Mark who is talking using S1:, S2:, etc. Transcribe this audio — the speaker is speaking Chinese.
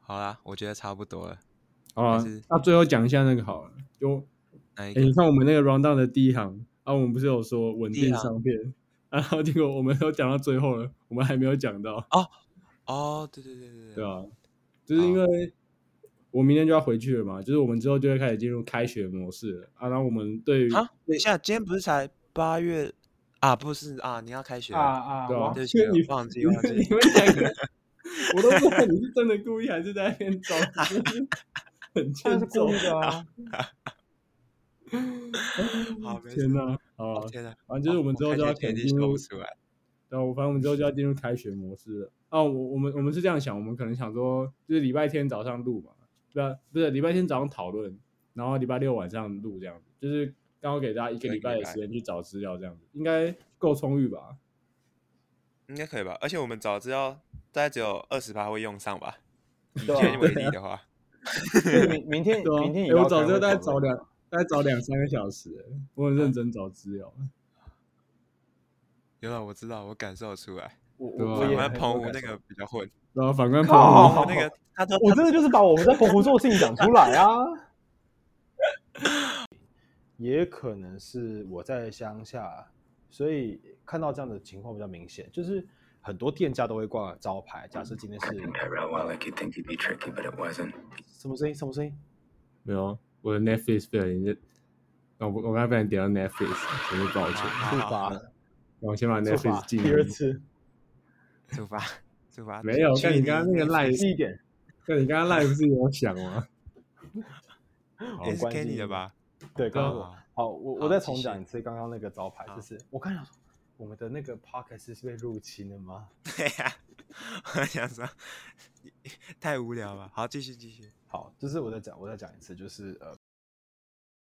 S1: 好啦，我觉得差不多了。
S2: 好啊
S1: 还是，
S2: 那最后讲一下那个好了，就
S1: 那一
S2: 哎、
S1: 个
S2: 你看我们那个 round down 的第一行啊，我们不是有说稳
S1: 第一
S2: 定
S1: 行
S2: 上片，然后 结果我们都讲到最后了，我们还没有讲到，
S1: 哦，对对对对
S2: 对，啊，就是因为我明天就要回去了嘛，就是我们之后就会开始进入开学模式了啊，然后我们对于
S1: 啊，等一下，今天不是才八月啊？不是啊，你要开学
S3: 啊
S1: 了，
S3: 啊，
S2: 对啊
S3: 我
S1: 对不
S2: 因为
S1: 起
S2: 你，
S1: 忘记
S2: 你
S1: 忘
S2: 会你
S1: 记。
S2: 会讲一个，我都不知道你是真的故意还是在那边装，就是很
S3: 那
S2: 欠
S3: 是
S2: 揍
S3: 故意。的啊。
S1: 好，没事
S2: 天。哪，好
S1: 哦
S2: 啊，
S1: 天哪！
S2: 反正就是
S1: 哦
S2: 我们之后
S1: 开
S2: 就
S1: 学
S2: 要
S1: 前
S2: 肯
S1: 已
S2: 定
S1: 经说不出来。
S2: 对啊，我反正我们之后就要进入开学模式了。哦，我我们我们是这样想，我们可能想说，就是礼拜天早上录嘛，对啊，不是礼拜天早上讨论，然后礼拜六晚上录这样子，就是刚好给大家一个礼拜的时间去找资料，这样子应该够充裕吧？
S1: 应该可以吧？而且我们早知道大概只有二十趴会用上 吧。以
S3: 对啊
S1: 天为例的话，
S3: 对明明天
S2: 对啊，
S3: 明天也
S2: 诶
S3: 要
S2: 我早
S3: 开
S2: 知道
S3: 会
S2: 大概
S3: 讨
S2: 找
S3: 论
S2: 两大概找两三个小时、诶我很认真找资料。
S1: 有了，我知道，我感受出来。
S3: 我
S2: 对啊
S3: 我
S1: 我
S3: 我也
S1: 们
S3: 很
S1: 澎
S3: 有
S1: 湖
S3: 感
S1: 那
S3: 受
S1: 个比较混，
S2: 然后反观澎
S3: 靠
S2: 湖
S1: 澎湖那个他都
S3: 我真的就是把我们在澎湖做的事情讲出来啊。 也可能是我在乡下，啊所以看到这样的情况比较明显，就是很多店家都会挂招牌。假设今天是
S4: Never out loud like you'd think it'd be tricky, but it wasn't.
S3: 什么声音？什么声音？
S2: 没有，啊我的 Netflix 不小心就，我我刚才被你点到 Netflix，真是抱 歉。
S3: 触
S1: 好
S3: 发，
S2: 让我先把
S3: 触发，
S2: Netflix 禁
S3: 第二
S2: 了
S3: 次，
S1: 出发出发。
S2: 没有，
S1: 去
S2: 看你刚刚那个赖，
S3: 第一点，
S2: 看你刚刚赖不是有想吗？
S3: 好
S1: 也是
S3: 哦关
S1: k e n y
S3: 心
S1: 的吧？
S3: 对，刚刚我
S1: 啊
S3: 好，我
S1: 好
S3: 我再重
S1: 继续
S3: 讲一次刚刚那个招牌，
S1: 好
S3: 就是我刚想说，我们的那个 podcast 是被入侵了吗？
S1: 对呀， 我想说 太无聊了。好，继续继续。
S3: 好，就是我再讲，我再讲一次，就是呃，